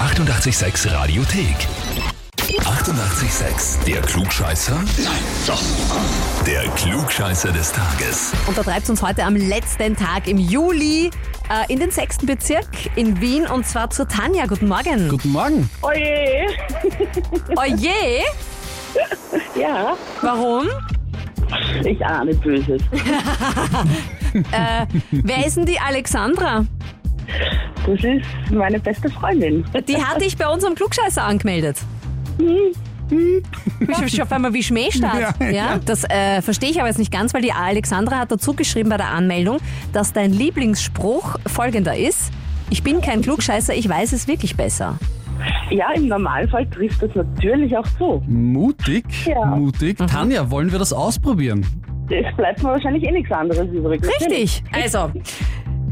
886 Radiothek. 88,6. Der Klugscheißer? Nein, doch. Der Klugscheißer des Tages. Und da treibt uns heute am letzten Tag im Juli äh, in den sechsten Bezirk in Wien und zwar zur Tanja. Guten Morgen. Guten Morgen. Oje, Oje, ja, warum? ich ahne Böses. Wer ist denn die Alexandra? Das ist meine beste Freundin. Die hat dich bei uns am Klugscheißer angemeldet. Ich hab schon auf einmal wie Schmähstart. Ja, Ja, ja. Das äh, verstehe ich aber jetzt nicht ganz, weil die Alexandra hat dazu geschrieben bei der Anmeldung, dass dein Lieblingsspruch folgender ist. Ich bin kein Klugscheißer, ich weiß es wirklich besser. Ja, im Normalfall trifft das natürlich auch zu. Mutig, Ja. mutig. Mhm. Tanja, wollen wir das ausprobieren? Es bleibt mir wahrscheinlich eh nichts anderes übrig. Richtig. Also,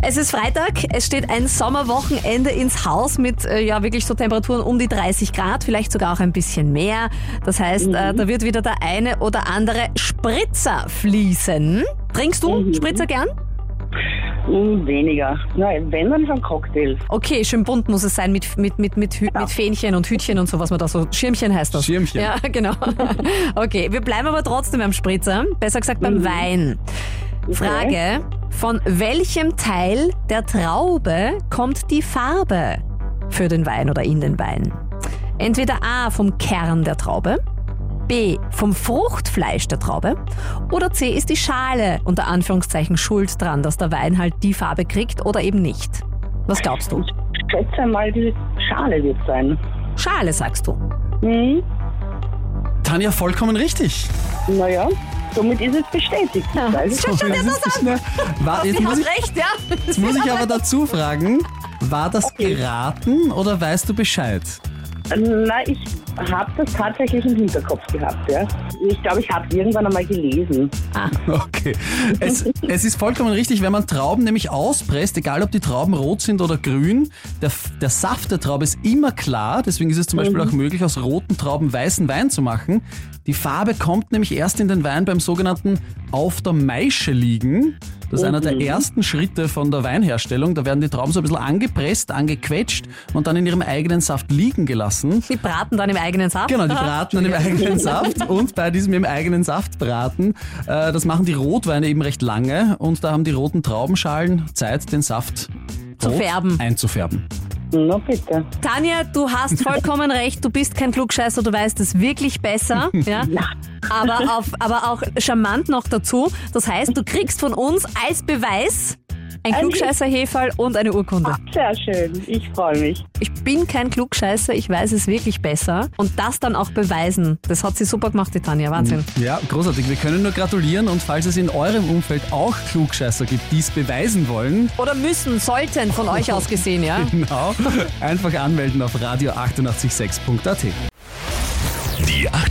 es ist Freitag, es steht ein Sommerwochenende ins Haus mit äh, ja wirklich so Temperaturen um die 30 Grad, vielleicht sogar auch ein bisschen mehr. Das heißt, äh, da wird wieder der eine oder andere Spritzer fließen. Trinkst du Spritzer gern? Hm, Weniger. Na, wenn dann schon Cocktails. Okay, schön bunt muss es sein mit, mit, mit, mit, Hü mit Fähnchen und Hütchen und so, was man da so. Schirmchen heißt das. Schirmchen. Ja, genau. Okay, wir bleiben aber trotzdem beim Spritzer. Besser gesagt beim Wein. Frage: Von welchem Teil der Traube kommt die Farbe für den Wein oder in den Wein? Entweder A vom Kern der Traube, B vom Fruchtfleisch der Traube oder C ist die Schale unter Anführungszeichen schuld dran, dass der Wein halt die Farbe kriegt oder eben nicht. Was glaubst du? Ich schätze mal, die Schale wird sein. Schale sagst du. Hm, Tanja, vollkommen richtig. naja, somit ist es bestätigt. Ich weiß Schau, es schau dir das an. Na, war, jetzt, Sie muss haben ich, recht, ja. jetzt muss ich aber dazu fragen, war das geraten oder weißt du Bescheid? Na, ich habe das tatsächlich im Hinterkopf gehabt, ja. Ich glaube, ich habe irgendwann einmal gelesen. Okay. Es, es ist vollkommen richtig, wenn man Trauben nämlich auspresst, egal ob die Trauben rot sind oder grün, der, F- der Saft der Traube ist immer klar. Deswegen ist es zum Beispiel auch möglich, aus roten Trauben weißen Wein zu machen. Die Farbe kommt nämlich erst in den Wein beim sogenannten Auf der Maische liegen. Das ist einer der ersten Schritte von der Weinherstellung. Da werden die Trauben so ein bisschen angepresst, angequetscht und dann in ihrem eigenen Saft liegen gelassen. Die braten dann im eigenen Saft. Genau, die braten dann im eigenen Saft und bei diesem im eigenen Saft braten, äh, das machen die Rotweine eben recht lange und da haben die roten Traubenschalen Zeit, den Saft Zu rot färben. einzufärben. Na bitte. Tanja, du hast vollkommen recht. Du bist kein Klugscheißer, du weißt es wirklich besser. Ja? Aber, auf, aber auch charmant noch dazu. Das heißt, du kriegst von uns als Beweis ein Klugscheißer-Hefall und eine Urkunde. Sehr schön, ich freue mich. Ich bin kein Klugscheißer, ich weiß es wirklich besser. Und das dann auch beweisen. Das hat sie super gemacht, die Tanja. Wahnsinn. Ja, großartig. Wir können nur gratulieren und falls es in eurem Umfeld auch Klugscheißer gibt, die es beweisen wollen, Oder müssen, sollten, von euch aus gesehen, ja? genau, einfach anmelden auf radio886.at. Die